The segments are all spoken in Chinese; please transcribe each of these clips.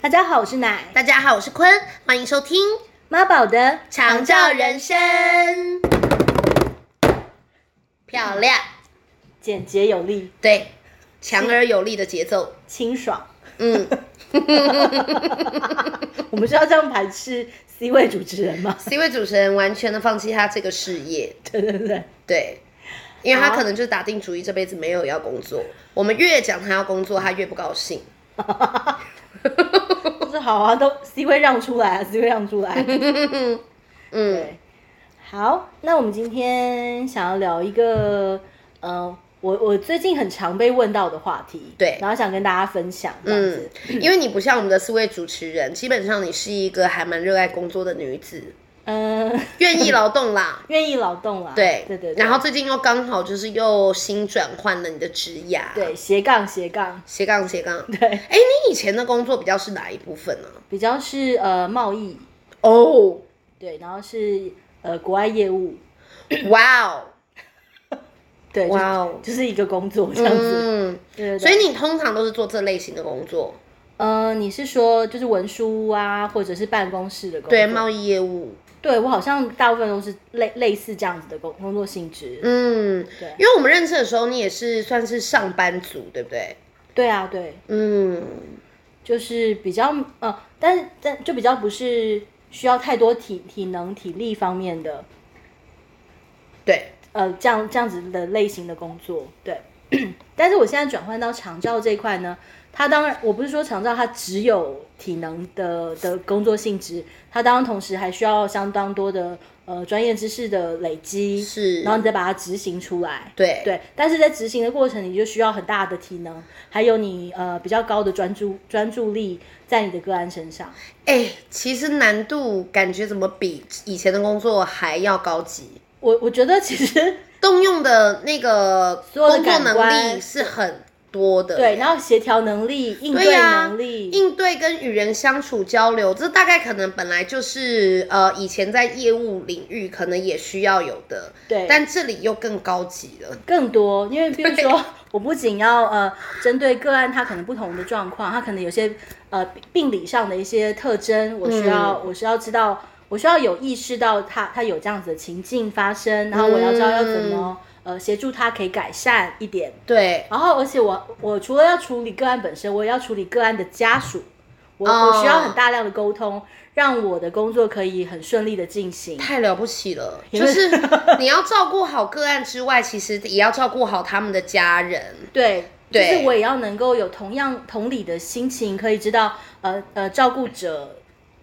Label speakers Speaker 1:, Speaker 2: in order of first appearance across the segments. Speaker 1: 大家好，我是奶
Speaker 2: 大家好，我是坤，欢迎收听《
Speaker 1: 妈宝的
Speaker 2: 长照人生》。漂亮，
Speaker 1: 简洁有力，
Speaker 2: 对，强而有力的节奏。
Speaker 1: 清 爽。
Speaker 2: 嗯
Speaker 1: 我们是要这样排斥 C 位主持人吗？
Speaker 2: ，C 位主持人完全的放弃他这个事业，
Speaker 1: 对对对，
Speaker 2: 对，因为他
Speaker 1: 好
Speaker 2: 可能就是打定主意这辈子没有要工作。我们越讲他要工作，他越不高兴。
Speaker 1: 就是好啊，都 C 位让出来啊，C 位让出来。
Speaker 2: 嗯，
Speaker 1: 对，好，那我们今天想要聊一个，呃，我我最近很常被问到的话题，
Speaker 2: 对
Speaker 1: 然后想跟大家分享这样
Speaker 2: 嗯
Speaker 1: 子。，
Speaker 2: 因为你不像我们的四位主持人，基本上你是一个还蛮热爱工作的女子，
Speaker 1: 嗯、。
Speaker 2: 愿意劳动啦
Speaker 1: 愿意劳动啦，
Speaker 2: 对
Speaker 1: 对对，对
Speaker 2: 然后最近又刚好就是又新转换了你的职涯，，
Speaker 1: 对斜杠斜杠，
Speaker 2: 斜杠斜杠。
Speaker 1: 对，
Speaker 2: 哎，你以前的工作比较是哪一部分呢、
Speaker 1: 比较是呃贸易，
Speaker 2: 哦，
Speaker 1: 对，然后是呃国外业务，
Speaker 2: 哇哦，
Speaker 1: 对，就是
Speaker 2: 哇哦，
Speaker 1: 就是一个工作这样子。
Speaker 2: 嗯，
Speaker 1: 对对对
Speaker 2: 所以你通常都是做这类型的工作，
Speaker 1: 呃，你是说就是文书啊，或者是办公室的工作？
Speaker 2: 对，贸易业务，
Speaker 1: 对我好像大部分都是类类似这样子的工工作性质。
Speaker 2: 嗯，
Speaker 1: 对
Speaker 2: 因为我们认识的时候，你也是算是上班族，对不对？
Speaker 1: 对啊，对，
Speaker 2: 嗯，
Speaker 1: 就是比较呃，但是但就比较不是需要太多体体能体力方面的
Speaker 2: 对，
Speaker 1: 呃这样这样子的类型的工作。对，但是我现在转换到长照这一块呢，它当然我不是说长照它只有体能的的工作性质，它当然同时还需要相当多的呃专业知识的累积，
Speaker 2: 是
Speaker 1: 然后你再把它执行出来。
Speaker 2: 对
Speaker 1: 对，但是在执行的过程，你就需要很大的体能，还有你呃比较高的专注专注力在你的个案身上。
Speaker 2: 哎，其实难度感觉怎么比以前的工作还要高级？
Speaker 1: 我我觉得其实
Speaker 2: 动用的那个
Speaker 1: 所有的
Speaker 2: 工作
Speaker 1: 感
Speaker 2: 能
Speaker 1: 官
Speaker 2: 力是很多的，
Speaker 1: 对，然后协调能力、应
Speaker 2: 对
Speaker 1: 对
Speaker 2: 呀
Speaker 1: 能力，
Speaker 2: 应对跟与人相处交流，这大概可能本来就是呃以前在业务领域可能也需要有的，
Speaker 1: 对
Speaker 2: 但这里又更高级了。
Speaker 1: 更多，因为比如说， 我不仅要呃针对个案，他可能不同的状况，他可能有些呃病病理上的一些特征，我需要、我需要知道，我需要有意识到他他有这样子的情境发生，然后我要知道要怎么、呃协助他可以改善一点。
Speaker 2: 对，
Speaker 1: 然后，而且我我除了要处理个案本身，我也要处理个案的家属，我、
Speaker 2: 哦
Speaker 1: 我需要很大量的沟通，让我的工作可以很顺利的进行。
Speaker 2: 太了不起了！
Speaker 1: 因
Speaker 2: 就
Speaker 1: 为
Speaker 2: 是你要照顾好个案之外，其实也要照顾好他们的家人。
Speaker 1: 对，
Speaker 2: 对
Speaker 1: 就是我也要能够有同样同理的心情，可以知道呃呃照顾者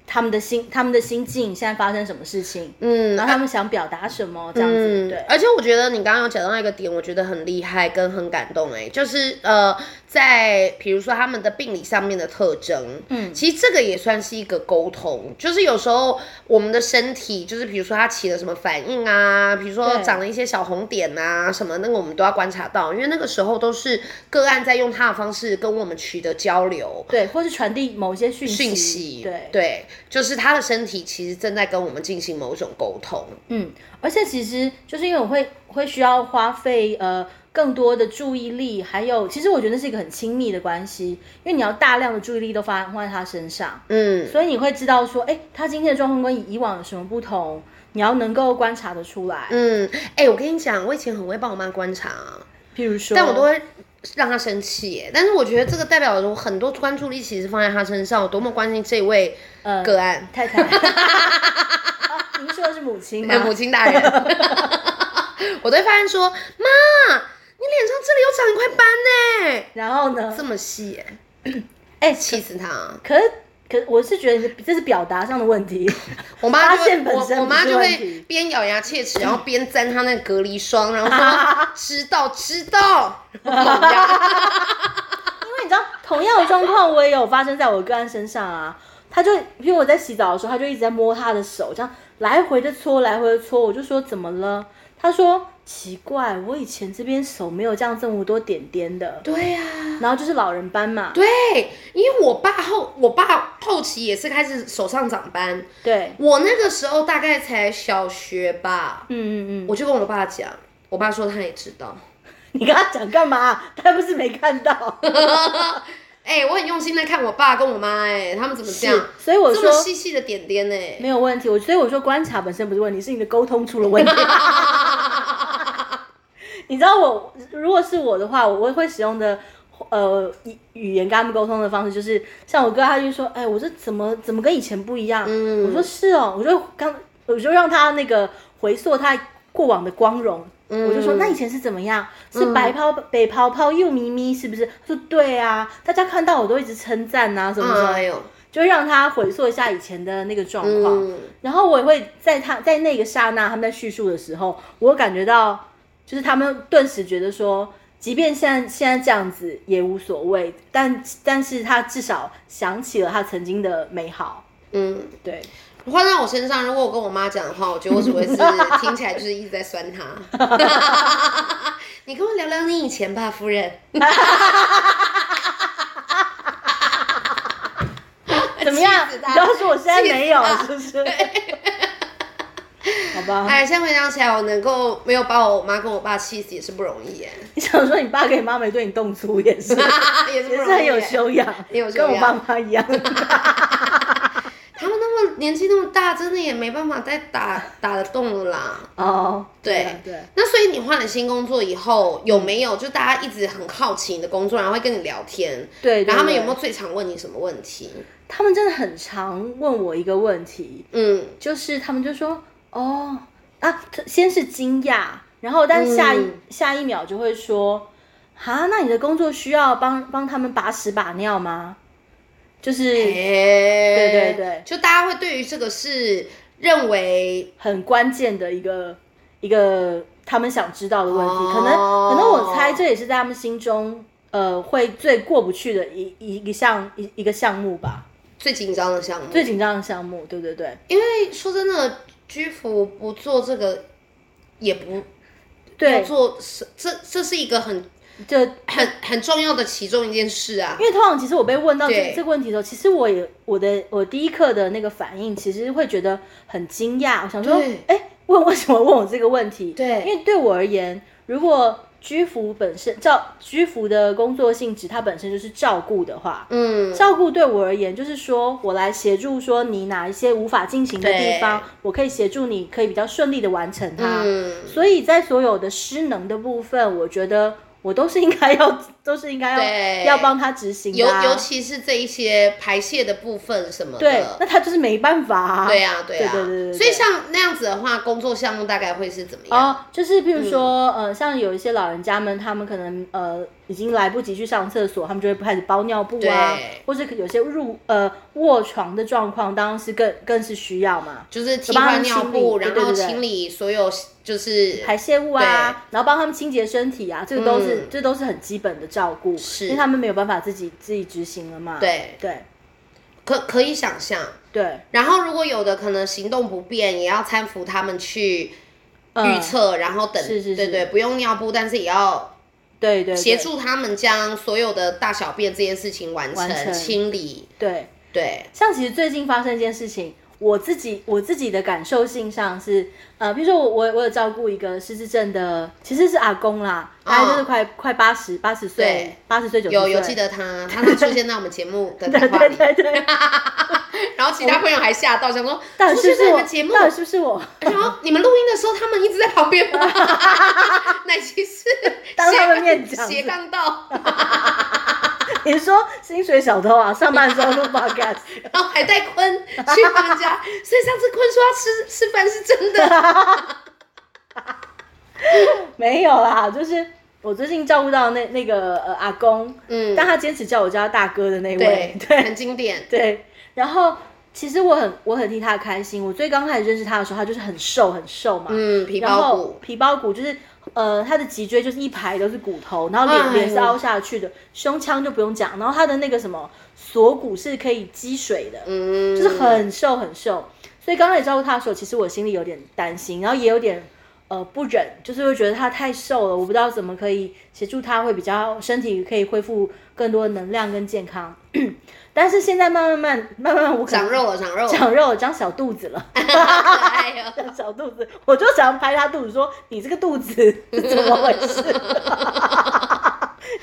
Speaker 1: 他们的心他们的心境现在发生什么事情，
Speaker 2: 嗯，啊
Speaker 1: 然后他们想表达什么这样子，对
Speaker 2: 而且我觉得你刚刚有讲到一个点，我觉得很厉害跟很感动哎、就是呃，在比如说他们的病理上面的特征，嗯，其实这个也算是一个沟通，就是有时候我们的身体，就是比如说它起了什么反应啊，比如说
Speaker 1: 对
Speaker 2: 长了一些小红点啊什么，那个我们都要观察到，因为那个时候都是个案在用他的方式跟我们取得交流。
Speaker 1: 对，或是传递某些讯息，
Speaker 2: 讯息
Speaker 1: 对，
Speaker 2: 对，就是他的身体其实正在跟我们进行某种沟通，
Speaker 1: 嗯，而且其实就是因为我会会需要花费呃更多的注意力，还有其实我觉得是一个很亲密的关系，因为你要大量的注意力都放放在他身上，
Speaker 2: 嗯，
Speaker 1: 所以你会知道说，哎，他今天的状况跟以往有什么不同，你要能够观察得出来。
Speaker 2: 嗯，哎、我跟你讲，我以前很会帮我妈观察、啊，
Speaker 1: 譬如说，
Speaker 2: 但我都会让她生气耶。但是我觉得这个代表着我很多关注力其实放在她身上，我多么关心这位
Speaker 1: 呃
Speaker 2: 个案，
Speaker 1: 太 太。啊您说的是母亲吗
Speaker 2: 呃？母亲大 人。 我都会发现说，妈，你脸上这里有长一块斑呢，
Speaker 1: 然后呢？
Speaker 2: 这么细耶，
Speaker 1: 哎，
Speaker 2: 气死她！
Speaker 1: 可是可是我是觉得这是表达上的问 题。
Speaker 2: 我妈就
Speaker 1: 发
Speaker 2: 会
Speaker 1: 现，本身
Speaker 2: 我我
Speaker 1: 不是
Speaker 2: 妈就
Speaker 1: 问
Speaker 2: 会
Speaker 1: 题
Speaker 2: 边咬牙切齿，然后边沾她那个隔离霜，然后说 知道知 道，然后我压
Speaker 1: 因为你知道，同样的状况我也有发生在我个案身上啊。他就因为我在洗澡的时候，他就一直在摸他的手，这样来回的搓，来回的搓。我就说怎么了？他说奇怪，我以前这边手没有这样这么多点点的。
Speaker 2: 对呀、
Speaker 1: 然后就是老人斑嘛，
Speaker 2: 对，因为我爸后，我爸后期也是开始手上长斑。
Speaker 1: 对，
Speaker 2: 我那个时候大概才小学吧，
Speaker 1: 嗯嗯嗯。
Speaker 2: 我就跟我爸讲，我爸说他也知道，
Speaker 1: 你跟他讲干嘛？他又不是没看到。
Speaker 2: 哎、我很用心在看我爸跟我妈，哎，他们怎么这样？
Speaker 1: 所以我
Speaker 2: 这么
Speaker 1: 说
Speaker 2: 细细的点点哎呢、
Speaker 1: 没有问题。我所以我说观察本身不是问题，是你的沟通出了问题。你知道我如果是我的话，我会使用的呃语语言跟他们沟通的方式，就是像我哥他就说，哎，我这怎么怎么跟以前不一样？
Speaker 2: 嗯
Speaker 1: 我说是哦，我就刚我就让他那个回溯他过往的光荣。
Speaker 2: 嗯
Speaker 1: 我就说那以前是怎么样？是白泡、北泡泡又咪咪是不是？他说对啊，大家看到我都一直称赞呐、啊，什么什么，
Speaker 2: 哎呦，
Speaker 1: 就让他回溯一下以前的那个状况。
Speaker 2: 嗯，
Speaker 1: 然后我也会在他在那个刹那他们在叙述的时候，我感觉到就是他们顿时觉得说，即便现在现在这样子也无所谓，但但是他至少想起了他曾经的美好。
Speaker 2: 嗯，
Speaker 1: 对，
Speaker 2: 换在我身上，如果我跟我妈讲的话，我觉得我只会是听起来就是一直在酸她。 你跟我聊聊你以前吧，夫人。
Speaker 1: 怎么样？
Speaker 2: 哎气死
Speaker 1: 你
Speaker 2: 他
Speaker 1: 不要说我现在没有
Speaker 2: 气死，他
Speaker 1: 是不是？好吧，
Speaker 2: 哎，现在回想起来，我能够没有把我妈跟我爸气死也是不容易 耶，
Speaker 1: 你想说你爸跟你妈没对你动粗也 是，
Speaker 2: 也是
Speaker 1: 也
Speaker 2: 不
Speaker 1: 是
Speaker 2: 容易。啊
Speaker 1: 很有。修养，
Speaker 2: 有修
Speaker 1: 跟我
Speaker 2: 养
Speaker 1: 爸妈一样。
Speaker 2: 他们那么年纪那么大，真的也没办法再打打得动了啦。
Speaker 1: 哦，
Speaker 2: 对
Speaker 1: 啊对。
Speaker 2: 那所以你换了新工作以后，有没有就大家一直很好奇你的工作，然后会跟你聊天？
Speaker 1: 对，
Speaker 2: 然后他们
Speaker 1: 对
Speaker 2: 有没有？最常问你什么问题？
Speaker 1: 他们真的很常问我一个问题，
Speaker 2: 嗯，
Speaker 1: 就是他们就说哦啊，先是惊讶，然后但下一、
Speaker 2: 嗯
Speaker 1: 下一秒就会说啊，那你的工作需要帮帮他们把屎把尿吗？就是
Speaker 2: 对
Speaker 1: 对对对
Speaker 2: 哎就大家会对于这个是认为
Speaker 1: 很关键的一个一个他们想知道的问题，
Speaker 2: 哦
Speaker 1: 可能可能我猜这也是在他们心中呃会最过不去的一一一项一一个项目吧，
Speaker 2: 最紧张的项目，
Speaker 1: 最紧张的项目，对对对
Speaker 2: 因为说真的，居服不做这个也不要
Speaker 1: 对，
Speaker 2: 做是这这是一个很
Speaker 1: 就
Speaker 2: 很很重要的其中一件事啊
Speaker 1: 因。为通常其实我被问到
Speaker 2: 对
Speaker 1: 这这个问题的时候，其实我也我的我第一课的那个反应，其实会觉得很惊讶，我想说
Speaker 2: 对，
Speaker 1: 哎，问 为什么问我这个问题？
Speaker 2: 对
Speaker 1: 因为对我而言，如果居服本身照居服的工作性质，它本身就是照顾的话，
Speaker 2: 嗯，
Speaker 1: 照顾对我而言，就是说我来协助说你哪一些无法进行的地方
Speaker 2: 对，
Speaker 1: 我可以协助你，可以比较顺利的完成它。
Speaker 2: 嗯，
Speaker 1: 所以在所有的失能的部分，我觉得我都是应该要， 都是应该
Speaker 2: 对
Speaker 1: 要要帮他执行
Speaker 2: 尤
Speaker 1: 的、啊。
Speaker 2: 尤其是这一些排泄的部分什么的。
Speaker 1: 对，那他就是没办法、啊。
Speaker 2: 对啊，对啊，
Speaker 1: 对对对对对
Speaker 2: 所以像那样子的话，工作项目大概会是怎么样？
Speaker 1: 哦，就是譬如说，
Speaker 2: 嗯
Speaker 1: 呃，像有一些老人家们，他们可能呃已经来不及去上厕所，他们就会开始包尿布啊
Speaker 2: 对，
Speaker 1: 或者有些入呃卧床的状况，当然是更更是需要嘛。
Speaker 2: 就是
Speaker 1: 我
Speaker 2: 替
Speaker 1: 帮他
Speaker 2: 换
Speaker 1: 们
Speaker 2: 尿
Speaker 1: 清理
Speaker 2: 布，
Speaker 1: 对
Speaker 2: 然
Speaker 1: 对
Speaker 2: 后
Speaker 1: 对对
Speaker 2: 清理所有就是
Speaker 1: 排泄物啊，然后帮他们清洁身体啊，这个都是、
Speaker 2: 嗯
Speaker 1: 这都是很基本的照顾，
Speaker 2: 是
Speaker 1: 因为他们没有办法自己自己执行了嘛。
Speaker 2: 对，
Speaker 1: 对
Speaker 2: 可可以想象。
Speaker 1: 对，
Speaker 2: 然后如果有的可能行动不便，也要搀扶他们去预测，然后等，
Speaker 1: 嗯是是是
Speaker 2: 对对，不用尿布，但是也要
Speaker 1: 对对
Speaker 2: 协
Speaker 1: 对
Speaker 2: 助他们将所有的大小便这件事情完成
Speaker 1: 完成
Speaker 2: 清理。
Speaker 1: 对。
Speaker 2: 对，
Speaker 1: 像其实最近发生一件事情，我自己我自己的感受性上是，呃，比如说我我我有照顾一个失智症的，其实是阿公啦，他就是快、快八十八十岁
Speaker 2: 哦对，
Speaker 1: 八十岁九十岁，
Speaker 2: 有有记得他，他常出现在我们节目的
Speaker 1: 对
Speaker 2: 谈 话
Speaker 1: 对
Speaker 2: 里，
Speaker 1: 对 对，
Speaker 2: 然后其他朋友还吓到，想说
Speaker 1: 到底
Speaker 2: 出
Speaker 1: 是不是
Speaker 2: 现在你
Speaker 1: 我？
Speaker 2: 们节目，
Speaker 1: 到底是不是我？
Speaker 2: 然后你们录音的时候，他们一直在旁边吗？那其实
Speaker 1: 当
Speaker 2: 斜
Speaker 1: 他们
Speaker 2: 杠
Speaker 1: 面讲
Speaker 2: 斜
Speaker 1: 是
Speaker 2: 杠到，
Speaker 1: 你说薪水小偷啊？上班的时候录 podcast，
Speaker 2: 然后还带坤 去他们家，所以上次坤说要吃吃饭是 真的。
Speaker 1: 没有啦，就是我最近照顾到那那个呃阿公，
Speaker 2: 嗯，
Speaker 1: 但他坚持叫我叫他大哥的那位
Speaker 2: 对，，很经典。
Speaker 1: 对，然后其实我很我很替他开心。我最刚开始认识他的时候，他就是很瘦很瘦嘛，
Speaker 2: 嗯，皮
Speaker 1: 然
Speaker 2: 包
Speaker 1: 后
Speaker 2: 骨，
Speaker 1: 皮包骨就是呃他的脊椎就是一排都是骨头，然后
Speaker 2: 哎
Speaker 1: 脸脸是凹下去的，胸腔就不用讲，然后他的那个什么锁骨是可以积水的，
Speaker 2: 嗯，
Speaker 1: 就是很瘦很瘦。所以刚开始照顾他的时候，其实我心里有点担心，然后也有点。呃，不忍，就是会觉得他太瘦了，我不知道怎么可以协助他，会比较身体可以恢复更多的能量跟健康。 但是现在慢慢慢慢慢慢，我可能
Speaker 2: 长肉了，长 肉了，哎
Speaker 1: 长肉了，长小肚子了，
Speaker 2: 可爱哟。
Speaker 1: 长小肚子，我 就想拍他肚子说：“你这个肚子是怎么回事？”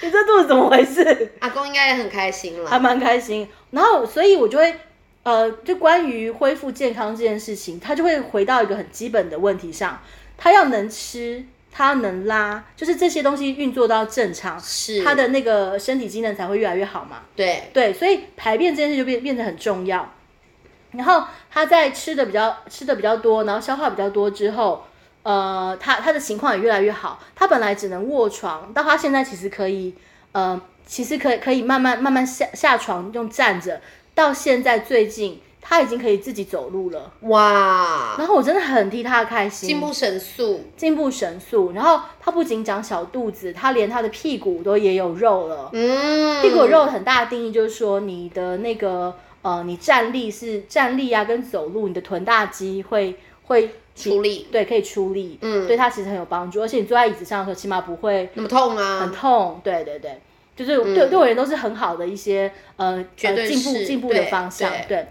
Speaker 1: 你这肚子怎么回事？
Speaker 2: 阿公应该也很开心
Speaker 1: 还
Speaker 2: 啦。
Speaker 1: 蛮开心。然后，所以我就会，呃，就关于恢复健康这件事情，他就会回到一个很基本的问题上，他要能吃，他要能拉，就是这些东西运作到正常，
Speaker 2: 是
Speaker 1: 他的那个身体机能才会越来越好嘛。
Speaker 2: 对，
Speaker 1: 对，所以排便这件事就变变得很重要。然后他在吃的比较吃的比较多，然后消化比较多之后，呃，他他的情况也越来越好。他本来只能卧床，到他现在其实可以，呃，其实可以可以慢慢慢慢下下床，用站着。到现在最近他已经可以自己走路了，
Speaker 2: 哇，
Speaker 1: 然后我真的很替他开心，
Speaker 2: 进步神速，
Speaker 1: 进步神速。然后他不仅长小肚子，他连他的屁股都也有肉了。
Speaker 2: 嗯，
Speaker 1: 屁股肉很大的定义就是说，你的那个呃，你站立是站立啊，跟走路，你的臀大肌会会
Speaker 2: 出力
Speaker 1: 对，可以出力，
Speaker 2: 嗯
Speaker 1: 对它其实很有帮助。而且你坐在椅子上的时候，起码不会
Speaker 2: 那么痛
Speaker 1: 很
Speaker 2: 啊，
Speaker 1: 痛。对对对，就是对、对我而言都是很好的一些呃
Speaker 2: 嗯绝对
Speaker 1: 呃进步
Speaker 2: 是
Speaker 1: 进步的
Speaker 2: 对
Speaker 1: 方向。
Speaker 2: 对
Speaker 1: 对。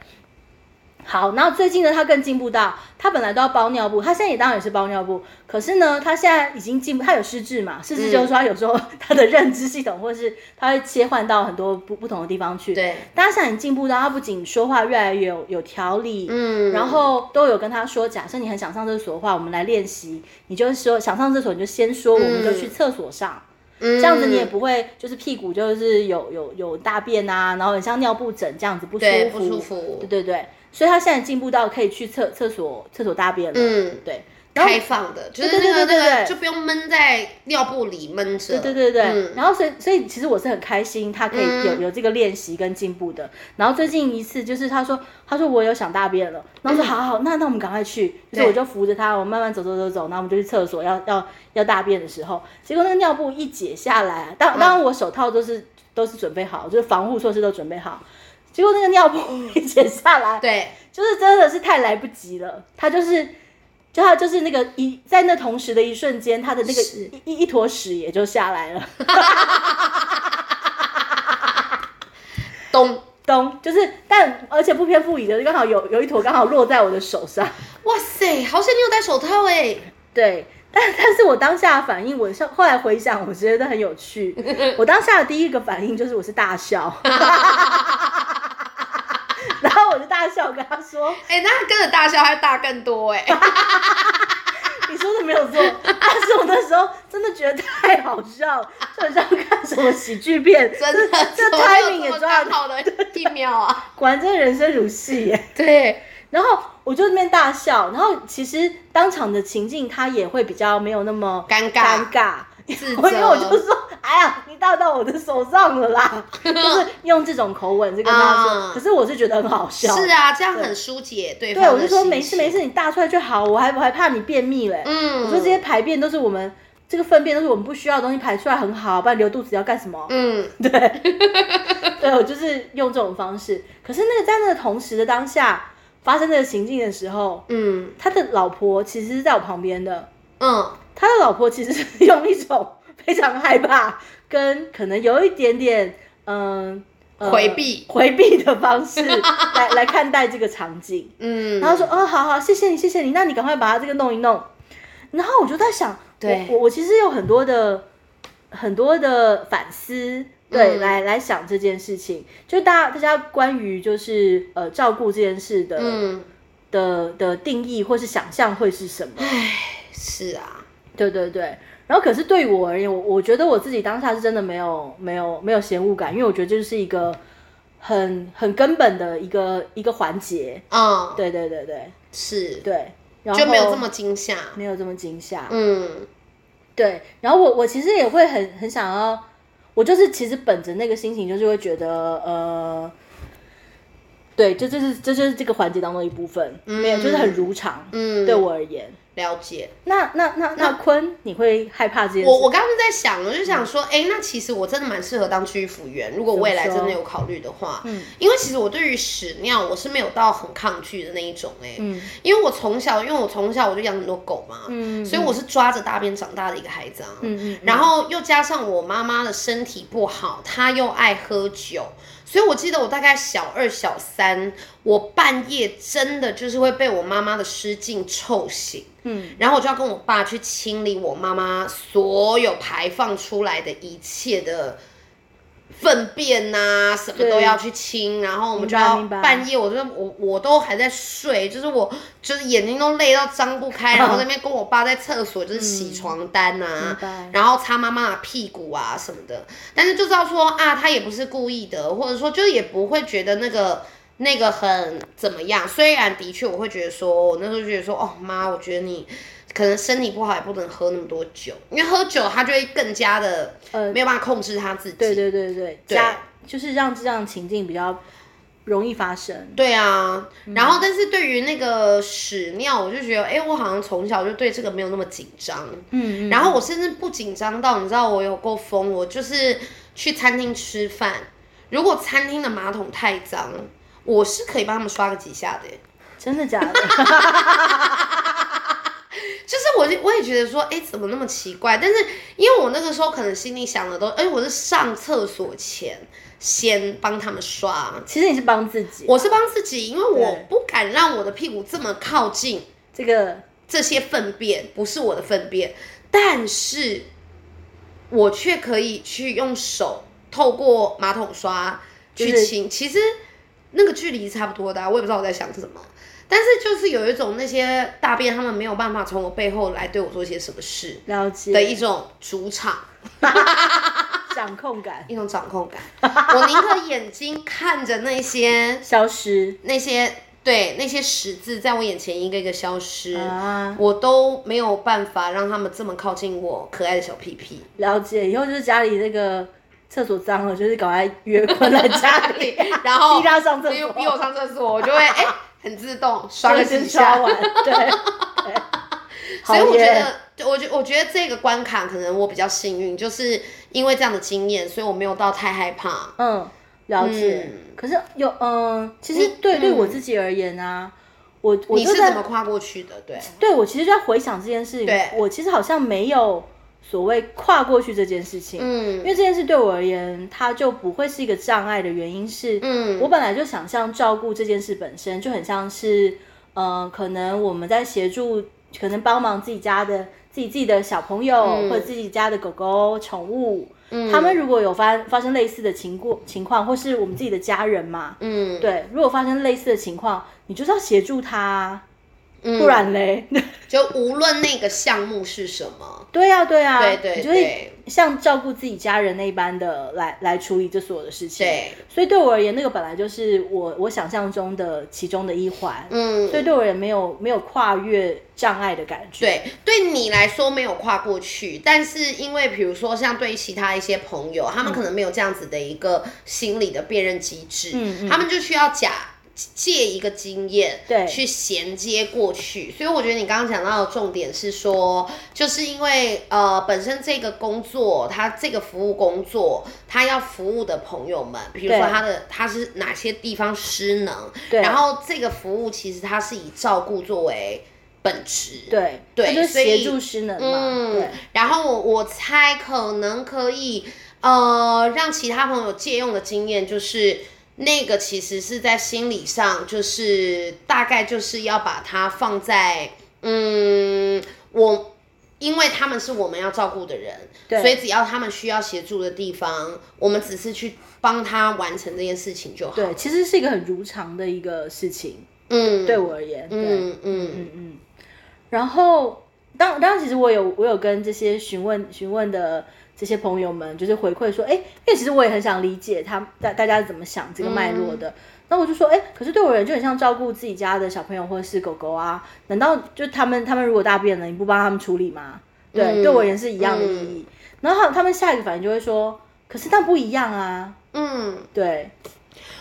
Speaker 1: 好，然后最近呢，他更进步到，他本来都要包尿布，他现在也当然也是包尿布，可是呢，他现在已经进步，他有失智嘛，失智就是
Speaker 2: 嗯
Speaker 1: 说他有时候他的认知系统，或是他会切换到很多不不同的地方去。，
Speaker 2: 对，
Speaker 1: 但他现在已经进步到，他不仅说话越来越有有条理，
Speaker 2: 嗯，
Speaker 1: 然后都有跟他说，假设你很想上厕所的话，我们来练习。你就是说想上厕所，你就先说，我们就
Speaker 2: 嗯
Speaker 1: 去厕所上。
Speaker 2: 这
Speaker 1: 这样子你也
Speaker 2: 嗯
Speaker 1: 不会就是屁股就是有有有大便啊，然后很像尿布疹这样子不舒
Speaker 2: 对
Speaker 1: 服，
Speaker 2: 不舒服
Speaker 1: 对对对，所以他现在进步到可以去厕厕所厕所大便了。
Speaker 2: 嗯
Speaker 1: 对，然后
Speaker 2: 开放的，就是
Speaker 1: 对对
Speaker 2: 那个
Speaker 1: 对对
Speaker 2: 那
Speaker 1: 对
Speaker 2: 个就不用闷在尿布里闷着，
Speaker 1: 对对对对，
Speaker 2: 嗯
Speaker 1: 然后所以所以其实我是很开心，他可以有、有这个练习跟进步的。然后最近一次就是他说他说我有想大便了，然后说好好，那那我们赶快去，就是我就扶着他，我慢慢走走走走，然后我们就去厕所要要要大便的时候，结果那个尿布一解下来啊，当当然我手套都是都是准备好，就是防护措施都准备好，结果那个尿布 一解下来，
Speaker 2: 嗯对，
Speaker 1: 就是真的是太来不及了，他就是。就他就是那个一在那同时的一瞬间，他的那个
Speaker 2: 是
Speaker 1: 一一一坨屎也就下来了，
Speaker 2: 咚，
Speaker 1: 咚，就是但而且不偏不倚的，刚好有有一坨刚好落在我的手上，
Speaker 2: 哇塞，好险你有戴手套哎，
Speaker 1: 对，但但是我当下的反应，我是后来回想，我觉得很有趣，我当下的第一个反应就是我是大笑， 然后我就大笑跟他说，
Speaker 2: 哎，那跟着大笑还大更多哎，
Speaker 1: 你说的没有错，但是我那时候真的觉得太好笑，就很像看什么喜剧片，
Speaker 2: 真的，
Speaker 1: 这这
Speaker 2: 怎么会有
Speaker 1: timing 也
Speaker 2: 这么
Speaker 1: 抓
Speaker 2: 刚
Speaker 1: 得，
Speaker 2: 好的一秒啊，
Speaker 1: 果然真的人生如戏耶。
Speaker 2: 对，
Speaker 1: 然后我就在那边大笑，然后其实当场的情境他也会比较没有那么
Speaker 2: 尴尬
Speaker 1: 尴尬，
Speaker 2: 自
Speaker 1: 我因为我就
Speaker 2: 责，
Speaker 1: 说，哎呀，你搭到我的手上了 啦，就是用这种口吻就跟他说，
Speaker 2: 啊
Speaker 1: 可是我是觉得很好笑，
Speaker 2: 是啊，这样很疏解对
Speaker 1: 对，
Speaker 2: 方
Speaker 1: 我
Speaker 2: 的
Speaker 1: 就
Speaker 2: 心情，
Speaker 1: 说没事没事，你大出来就好，我还我还怕你便秘嘞，
Speaker 2: 嗯，
Speaker 1: 我说这些排便都是我们这个粪便都是我们不需要的东西排出来很好，不然留肚子要干什么？
Speaker 2: 嗯，
Speaker 1: 对我就是用这种方式，可是那个在那个同时的当下发生这个情境的时候，
Speaker 2: 嗯
Speaker 1: 他的老婆其实是在我旁边的，
Speaker 2: 嗯，
Speaker 1: 他的老婆其实是 用一种非常害怕跟可能有一点点嗯、呃
Speaker 2: 回避
Speaker 1: 回避的方式来来看待这个场景。
Speaker 2: 嗯，
Speaker 1: 然后说，哦，好好，谢谢你，谢谢你，那你赶快把它这个弄一弄。然后我就在想，
Speaker 2: 对
Speaker 1: 我我我其实有很多的很多的反思，对，
Speaker 2: 嗯
Speaker 1: 来来想这件事情，就大家大家关于就是呃照顾这件事的、
Speaker 2: 嗯，
Speaker 1: 的的定义或是想象会是什么？
Speaker 2: 是啊，
Speaker 1: 对对对。然后可是对我而言，我我觉得我自己当下是真的没有没有没有嫌恶感，因为我觉得这是一个很很根本的一个一个环节。
Speaker 2: 嗯，
Speaker 1: 对对对对
Speaker 2: 是，
Speaker 1: 对，然后
Speaker 2: 就没有这么惊吓，
Speaker 1: 没有这么惊吓。
Speaker 2: 嗯，
Speaker 1: 对，然后我我其实也会很很想要，我就是其实本着那个心情，就是会觉得呃。对，这这是这就是这个环节当中一部分，没有，就是很如常。
Speaker 2: 嗯
Speaker 1: 对我而言，
Speaker 2: 了解。
Speaker 1: 那那那那坤，你会害怕这件事？
Speaker 2: 我我刚刚在想，我就想说，哎、那其实我真的蛮适合当居服员，如果未来真的有考虑的话，嗯，因为其实我对于屎尿我是没有到很抗拒的那一种、哎，嗯，因为我从小，因为我从小我就养很多狗嘛，嗯，所以我是抓着大便长大的一个孩子啊，嗯嗯，然后又加上我妈妈的身体不好，她又爱喝酒，所以我记得我大概小二、小三，我半夜真的就是会被我妈妈的失禁臭醒，嗯，然后我就要跟我爸去清理我妈妈所有排放出来的一切的。粪便呐、什么都
Speaker 1: 对
Speaker 2: 要去清，然后我们就
Speaker 1: 明白
Speaker 2: 要
Speaker 1: 明白
Speaker 2: 半夜，我就我我都还在睡，就是我就是眼睛都累到张不开，然后在那边跟我爸在厕所就是洗床单
Speaker 1: 嗯明
Speaker 2: 啊，
Speaker 1: 白
Speaker 2: 然后擦妈妈的屁股啊什么的，但是就知道说啊，他也不是故意的，或者说就是也不会觉得那个那个很怎么样。虽然的确我会觉得说，我那时候觉得说，哦妈，我觉得你可能身体不好，也不能喝那么多酒，因为喝酒他就会更加的
Speaker 1: 呃
Speaker 2: 没有办法控制他自己。
Speaker 1: 对对对对，加就是让这样的情境比较容易发生。
Speaker 2: 对啊，
Speaker 1: 嗯
Speaker 2: 然后但是对于那个屎尿，我就觉得，哎、我好像从小就对这个没有那么紧张。
Speaker 1: 嗯，嗯
Speaker 2: 然后我甚至不紧张到，你知道我有够疯，我就是去餐厅吃饭，如果餐厅的马桶太脏，我是可以帮他们刷个几下的耶。
Speaker 1: 真的假的？
Speaker 2: 就是我就我也觉得说，哎、怎么那么奇怪？但是因为我那个时候可能心里想的都，哎、我是上厕所前先帮他们刷，
Speaker 1: 其实你是帮自己，啊
Speaker 2: 我是帮自己，因为我
Speaker 1: 对
Speaker 2: 不敢让我的屁股这么靠近
Speaker 1: 这个
Speaker 2: 这些粪便不是我的粪便，但是我却可以去用手透过马桶刷去
Speaker 1: 就是
Speaker 2: 清，其实那个距离差不多的啊、我也不知道我在想什么。但是就是有一种那些大便他们没有办法从我背后来对我做些什么事
Speaker 1: 了解
Speaker 2: 的一种主场，
Speaker 1: 掌控感
Speaker 2: 一种掌控感。 我宁可眼睛看着那些
Speaker 1: 消失
Speaker 2: 那些对那些十字在我眼前一个一个 消失，
Speaker 1: 啊，
Speaker 2: 我都没有办法让他们这么靠近我可爱的小屁 屁。，
Speaker 1: 了解。以后就是家里那个厕所脏了，就是赶快约坤来家里
Speaker 2: 然后
Speaker 1: 逼他上厕
Speaker 2: 逼
Speaker 1: 所，
Speaker 2: 逼我上厕所，我就会哎、 很自动刷
Speaker 1: 就
Speaker 2: 个
Speaker 1: 是
Speaker 2: 几
Speaker 1: 先刷
Speaker 2: 下。
Speaker 1: 完，对。对
Speaker 2: 所以我
Speaker 1: 好
Speaker 2: 觉
Speaker 1: 耶
Speaker 2: 得，我觉我觉得这个关卡可能我比较幸运，就是因为这样的经验，所以我没有到太害怕。
Speaker 1: 嗯，了解。
Speaker 2: 嗯
Speaker 1: 可是有嗯，其实对对我自己而言啊，我我
Speaker 2: 你
Speaker 1: 就是
Speaker 2: 怎
Speaker 1: 在
Speaker 2: 么跨过去的？对，
Speaker 1: 对我其实就在回想这件事情
Speaker 2: 对，
Speaker 1: 我其实好像没有所谓跨过去这件事情，因
Speaker 2: 嗯
Speaker 1: 为这件事对我而言，它就不会是一个障碍的原因是，
Speaker 2: 嗯
Speaker 1: 我本来就想象照顾这件事本身就很像是，呃，可能我们在协助，可能帮忙自己家的自己自己的小朋友、
Speaker 2: 嗯
Speaker 1: 或者自己家的狗狗宠物，他们如果有发发生类似的情过情况，或是我们自己的家人嘛，
Speaker 2: 嗯，
Speaker 1: 对，如果发生类似的情况，你就是要协助他啊，
Speaker 2: 嗯
Speaker 1: 不然 嘞，
Speaker 2: 就无论那个项目是什么，
Speaker 1: 对呀、对呀、
Speaker 2: 对对
Speaker 1: 你就会
Speaker 2: 对
Speaker 1: 像照顾自己家人那一般的来来处理这所有的事情。
Speaker 2: 对，
Speaker 1: 所以对我而言，那个本来就是我我想象中的其中的一环，
Speaker 2: 嗯，
Speaker 1: 所以对我而言没有没有跨越障碍的感觉。，
Speaker 2: 对，对你来说没有跨过去，但是因为比如说像对其他一些朋友，
Speaker 1: 嗯
Speaker 2: 他们可能没有这样子的一个心理的辨认机制，
Speaker 1: 嗯嗯
Speaker 2: 他们就需要假借一个经验，
Speaker 1: 对
Speaker 2: 去衔接过去。所以我觉得你刚刚讲到的重点是说，就是因为呃，本身这个工作，它这个服务工作，它要服务的朋友们，比如说
Speaker 1: 对
Speaker 2: 他的他是哪些地方失能，
Speaker 1: 对
Speaker 2: 然后这个服务其实它是以照顾作为本质，
Speaker 1: 对
Speaker 2: 对
Speaker 1: 它就是
Speaker 2: 所以
Speaker 1: 协助失能嘛。
Speaker 2: 嗯
Speaker 1: 对，，
Speaker 2: 然后我我猜可能可以，呃，让其他朋友借用的经验就是。那个其实是在心理上，就是大概就是要把它放在，嗯，我因为他们是我们要照顾的人，
Speaker 1: 对
Speaker 2: 所以只要他们需要协助的地方，我们只是去帮他完成这件事情就好。
Speaker 1: 对，其实是一个很如常的一个事情，
Speaker 2: 嗯，
Speaker 1: 对我而言。对，
Speaker 2: 嗯嗯
Speaker 1: 嗯嗯。然后，当当然，其实我有我有跟这些询问询问的这些朋友们，就是回馈说，哎，因为其实我也很想理解他大大家是怎么想这个脉络
Speaker 2: 嗯
Speaker 1: 的。那我就说，哎，可是对我而言就很像照顾自己家的小朋友或者是狗狗啊，难道就他们他们如果大便了，你不帮他们处理吗？对，
Speaker 2: 嗯
Speaker 1: 对我而言是一样的意义。然后他们下一个反应就会说，可是那不一样啊，
Speaker 2: 嗯，
Speaker 1: 对，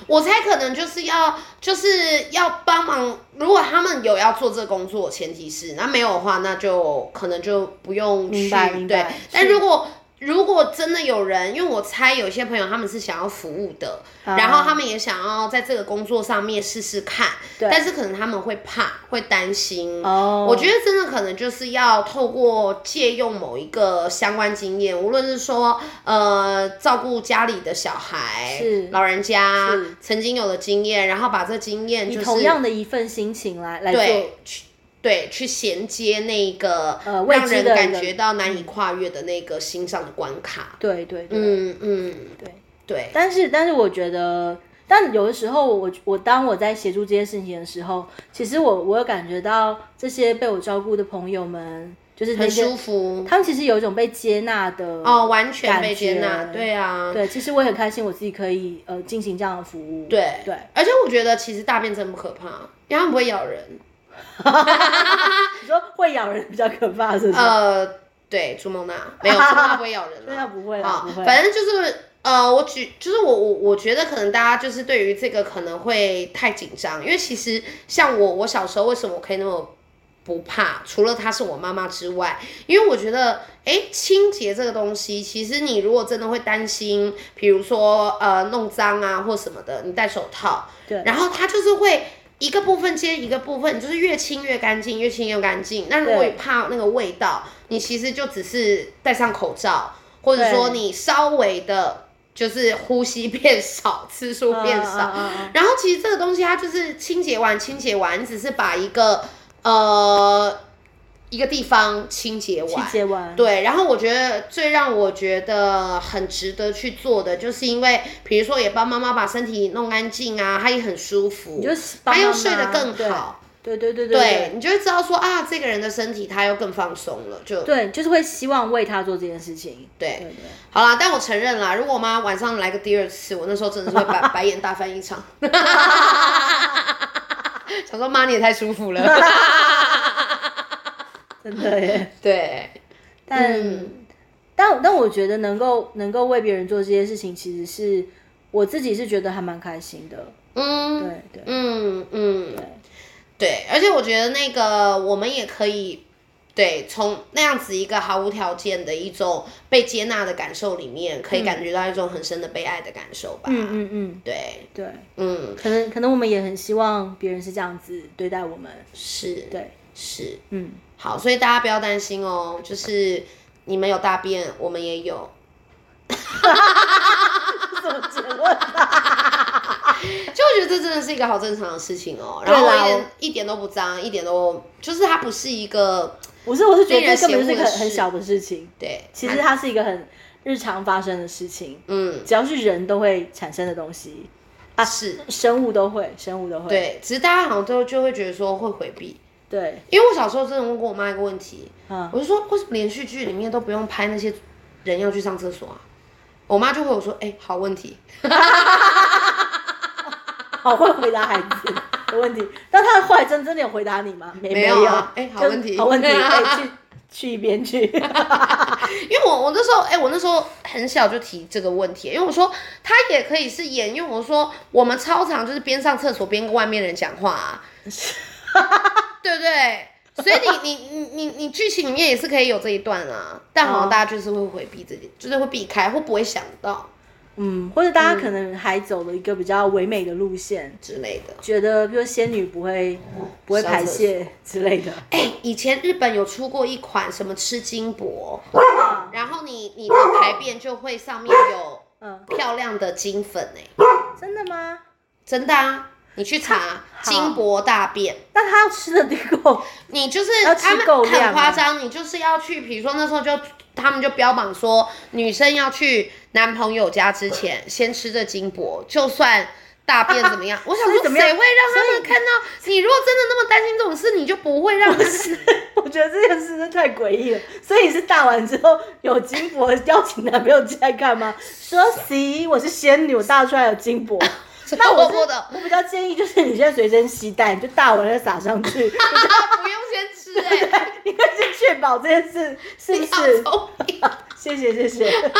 Speaker 2: 我猜可能就是要就是要帮忙，如果他们有要做这工作，前提是那没有的话，那就可能就不用去
Speaker 1: 明白明白
Speaker 2: 对
Speaker 1: 是。
Speaker 2: 但如果如果真的有人，因为我猜有些朋友他们是想要服务的，啊然后他们也想要在这个工作上面试试看，但是可能他们会怕，会担心。
Speaker 1: 哦，
Speaker 2: 我觉得真的可能就是要透过借用某一个相关经验，无论是说呃照顾家里的小孩
Speaker 1: 是、
Speaker 2: 老人家
Speaker 1: 是
Speaker 2: 曾经有的经验，然后把这经验
Speaker 1: 以
Speaker 2: 就是
Speaker 1: 同样的一份心情来来做
Speaker 2: 对去对去衔接那个
Speaker 1: 呃未
Speaker 2: 让
Speaker 1: 知
Speaker 2: 人
Speaker 1: 的
Speaker 2: 感
Speaker 1: 人
Speaker 2: 觉到难以跨越的那个心上的关卡。
Speaker 1: 对对对。
Speaker 2: 嗯嗯，
Speaker 1: 对
Speaker 2: 对，
Speaker 1: 但是，但是我觉得，但有的时候我，我当我在协助这些事情的时候，其实我我有感觉到这些被我照顾的朋友们，就是那
Speaker 2: 很
Speaker 1: 些
Speaker 2: 舒服
Speaker 1: 他们其实有一种被接纳的
Speaker 2: 哦，完全
Speaker 1: 感
Speaker 2: 被接纳，
Speaker 1: 觉
Speaker 2: 对啊，
Speaker 1: 对，其实我也很开心，我自己可以呃进行这样的服务。
Speaker 2: 对
Speaker 1: 对，
Speaker 2: 而且我觉得其实大便真不可怕，因为它们不会咬人。
Speaker 1: 你说会咬人比较可怕，是不是？
Speaker 2: 呃，对，朱梦娜没有，朱梦娜不会咬人
Speaker 1: 对啊，
Speaker 2: 啦。
Speaker 1: 不会啦，
Speaker 2: 啊
Speaker 1: 不会，。
Speaker 2: 反正就是呃，我举就是我我我觉得可能大家就是对于这个可能会太紧张，因为其实像我我小时候为什么我可以那么不怕，除了她是我妈妈之外，因为我觉得哎，清洁这个东西，其实你如果真的会担心，比如说呃弄脏啊或什么的，你戴手套，
Speaker 1: 对
Speaker 2: 然后它就是会。一个部分接一个部分，你就是越清越干净，越清越干净。那如果
Speaker 1: 对
Speaker 2: 你怕那个味道，你其实就只是戴上口罩，或者说
Speaker 1: 对
Speaker 2: 你稍微的，就是呼吸变少，次数变少。
Speaker 1: 啊啊啊啊
Speaker 2: 然后其实这个东西它就是清洁完，清洁完，你只是把一个呃一个地方清洁完，
Speaker 1: 去接完，
Speaker 2: 对，然后我觉得最让我觉得很值得去做的，就是因为比如说也帮妈妈把身体弄干净啊，她也很舒服
Speaker 1: 你，就是帮
Speaker 2: 她又
Speaker 1: 帮
Speaker 2: 睡得
Speaker 1: 忙
Speaker 2: 更好，
Speaker 1: 对对对
Speaker 2: 对
Speaker 1: 对
Speaker 2: 你就会知道说啊，这个人的身体他又更放松了，就
Speaker 1: 对，对，就是会希望为他做这件事情。
Speaker 2: 对
Speaker 1: 对对，
Speaker 2: 好啦。但我承认啦，如果我妈晚上来个第二次，我那时候真的是会 白白眼大翻一场，想说妈你也太 舒服了，
Speaker 1: 真的耶。
Speaker 2: 对，
Speaker 1: 但、
Speaker 2: 嗯
Speaker 1: 但但我觉得能够能够为别人做这些事情，其实是我自己是觉得还蛮开心的。
Speaker 2: 嗯，
Speaker 1: 对对
Speaker 2: 嗯嗯
Speaker 1: 对，
Speaker 2: 对，而且我觉得那个我们也可以，对，从那样子一个毫无条件的一种被接纳的感受里面，可以感觉到一种很深的被爱的感受吧。
Speaker 1: 嗯嗯嗯，
Speaker 2: 对，
Speaker 1: 对，
Speaker 2: 嗯，
Speaker 1: 可能可能我们也很希望别人是这样子对待我们。
Speaker 2: 是，
Speaker 1: 对，
Speaker 2: 是，
Speaker 1: 嗯，
Speaker 2: 好，所以大家不要担心哦，就是你们有大便，我们也有，
Speaker 1: 怎么结论啊？
Speaker 2: 就我觉得这真的是一个好正常的事情哦。然后
Speaker 1: 对啦
Speaker 2: 我一
Speaker 1: 我
Speaker 2: 点一点都不脏，一点都就是它不是一个
Speaker 1: 不是，我是觉
Speaker 2: 令
Speaker 1: 得
Speaker 2: 人
Speaker 1: 这根本就是一
Speaker 2: 嫌恶
Speaker 1: 个
Speaker 2: 的
Speaker 1: 很很
Speaker 2: 事
Speaker 1: 小的事情，
Speaker 2: 对，
Speaker 1: 其实它是一个很日常发生的事情，
Speaker 2: 嗯
Speaker 1: 只要是人都会产生的东西，
Speaker 2: 啊是，
Speaker 1: 生物都会，生物都会。
Speaker 2: 对，只是大家好像都就会觉得说会回避。
Speaker 1: 对，
Speaker 2: 因为我小时候真的问过我妈一个问题，
Speaker 1: 嗯
Speaker 2: 我就说为什么连续剧里面都不用拍那些人要去上厕所啊？我妈就回我说，哎、好问题，
Speaker 1: 好会回答孩子的 问题。但他的后来真真的有回答你吗？没
Speaker 2: 没有啊哎好
Speaker 1: 就
Speaker 2: 问题
Speaker 1: 好 问题，哎，去去一边去。
Speaker 2: 因为我我那时候，哎、我那时候很小就提这个问题，因为我说他也可以是演，因为我说我们超常就是边上厕所边跟外面人讲话、啊，对不对？所以你你你你你剧情里面也是可以有这一段啊，但好像大家就是会回避这件，就是会避开或不会想到
Speaker 1: 嗯，或者大家可能还走了一个比较唯美的路线，
Speaker 2: 之类的。
Speaker 1: 觉得比如说仙女不会不会排泄之类的。
Speaker 2: 哎、以前日本有出过一款什么吃金箔，然后你你的排便就会上面有
Speaker 1: 嗯，
Speaker 2: 漂亮的金粉哎、
Speaker 1: 真的吗？
Speaker 2: 真的啊，你去查
Speaker 1: 好
Speaker 2: 金箔大便，
Speaker 1: 但他要吃的得够，
Speaker 2: 你就是
Speaker 1: 要吃
Speaker 2: 他们
Speaker 1: 够量啊
Speaker 2: 很夸张，你就是要去，比如说那时候就他们就标榜说女生要去男朋友家之前先吃这金箔，就算。大便怎么样？我想
Speaker 1: 所以
Speaker 2: 说，
Speaker 1: 啊怎么样
Speaker 2: 谁会让他们看到？你如果真的那么担心这种事，你就不会让他
Speaker 1: 我觉得这件事真的太诡异了。所以你是大完之后有金箔邀请男朋友进来干 嘛？说行，我是仙女，我大出来有金箔。 那我
Speaker 2: 我
Speaker 1: 是
Speaker 2: 不的。
Speaker 1: 我比较建议就是你现在随身携带，你就大碗的撒上 去，
Speaker 2: 不用先吃 哎、欸，
Speaker 1: 你可以先确保这件事是不是？
Speaker 2: 好聪明
Speaker 1: 谢谢谢谢，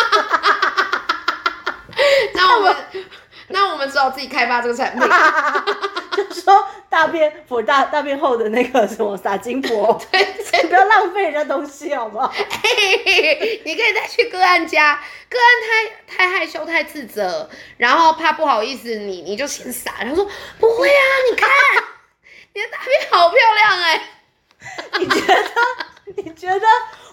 Speaker 2: 那我们那我们只好自己开发这个产品。
Speaker 1: 就说大便便我大大便后的那个什么撒金 箔，
Speaker 2: 对对
Speaker 1: 不要浪费人家东西好不好？
Speaker 2: 嘿嘿嘿你可以再去个案家，个案太太害羞、太自责，然后怕不好意思你，你就先撒。他说不会啊，你看你的大便好漂亮哎、
Speaker 1: 你觉得？你觉得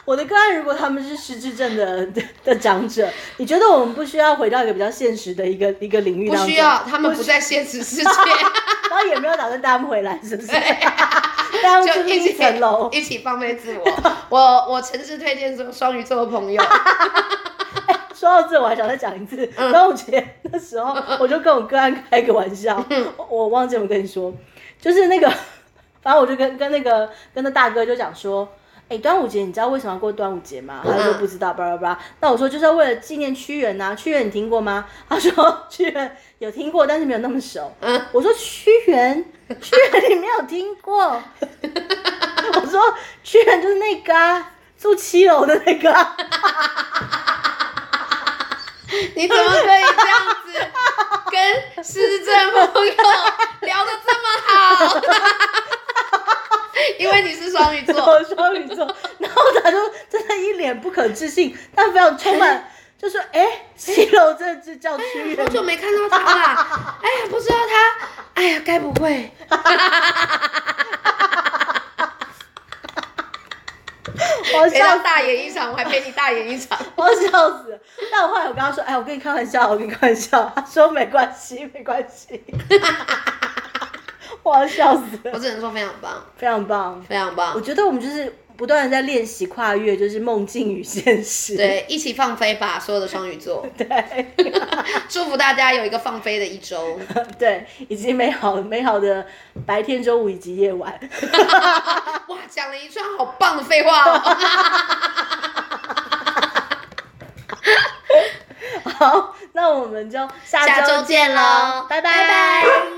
Speaker 1: 我的个案，如果他们是失智症的的的长者，你觉得我们不需要回到一个比较现实的一个一个领域
Speaker 2: 不
Speaker 1: 当中？
Speaker 2: 需要，他们不在现实世界，
Speaker 1: 然后也没有打算带他们回来，是不是？ 带 他们
Speaker 2: 就
Speaker 1: 住
Speaker 2: 一
Speaker 1: 另一
Speaker 2: 起
Speaker 1: 层楼。
Speaker 2: 一起放飞 自我。我我诚挚推荐说双鱼座的朋友，
Speaker 1: 说到这，我还想再讲一次。 端午节那时候，我就跟我个案开个玩笑，我我忘记我跟你说，就是那个，反正我就跟跟那个跟那大哥就讲说。哎，端午节你知道为什么要过端午节吗？他说不知道，巴拉巴拉。那我说就是要为了纪念屈原呐、屈原你听过吗？他说屈原有听过，但是没有那么熟。
Speaker 2: 嗯
Speaker 1: 我说屈原，屈原你没有听过？ 我说屈原就是那个啊，住七楼的那个、啊。
Speaker 2: 你怎么可以这样子跟失智症朋友聊得这么好？ 因为你是双鱼座，
Speaker 1: 我双鱼座， 然后他就真的一脸不可置信，但非常充 满，就说：“哎、七楼这只叫屈原
Speaker 2: 好久没看到他 啦，哎呀，不知道他，哎呀，该不会？
Speaker 1: 我要
Speaker 2: 陪
Speaker 1: 笑
Speaker 2: 他
Speaker 1: 死，
Speaker 2: 哎大演一场，我还陪你大演一场。
Speaker 1: 我要笑死。”但我后来我跟他说：“哎，我跟你开玩笑，我跟你开玩笑。”他说：“没关系，没关 系。”我要笑死
Speaker 2: 我
Speaker 1: 了，
Speaker 2: 只能说非常棒，
Speaker 1: 非常棒。
Speaker 2: 非常
Speaker 1: 我
Speaker 2: 棒。
Speaker 1: 觉得我们就是不断的在练习跨越，就是梦境与现实。
Speaker 2: 对，一起放飞吧，所有的双鱼 座，
Speaker 1: 对
Speaker 2: 祝福大家有一个放飞的一 周。
Speaker 1: 对，以及美好美好的白天、中午以及夜晚。
Speaker 2: 哇，讲了一串好棒的废话哦。
Speaker 1: 好，那我们就下
Speaker 2: 下周
Speaker 1: 周
Speaker 2: 见
Speaker 1: 喽
Speaker 2: 喽，
Speaker 1: 拜
Speaker 2: 拜拜